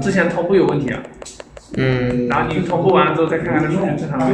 之前同步有问题啊，嗯，然后你同步完了之后再看看它是不是正常的。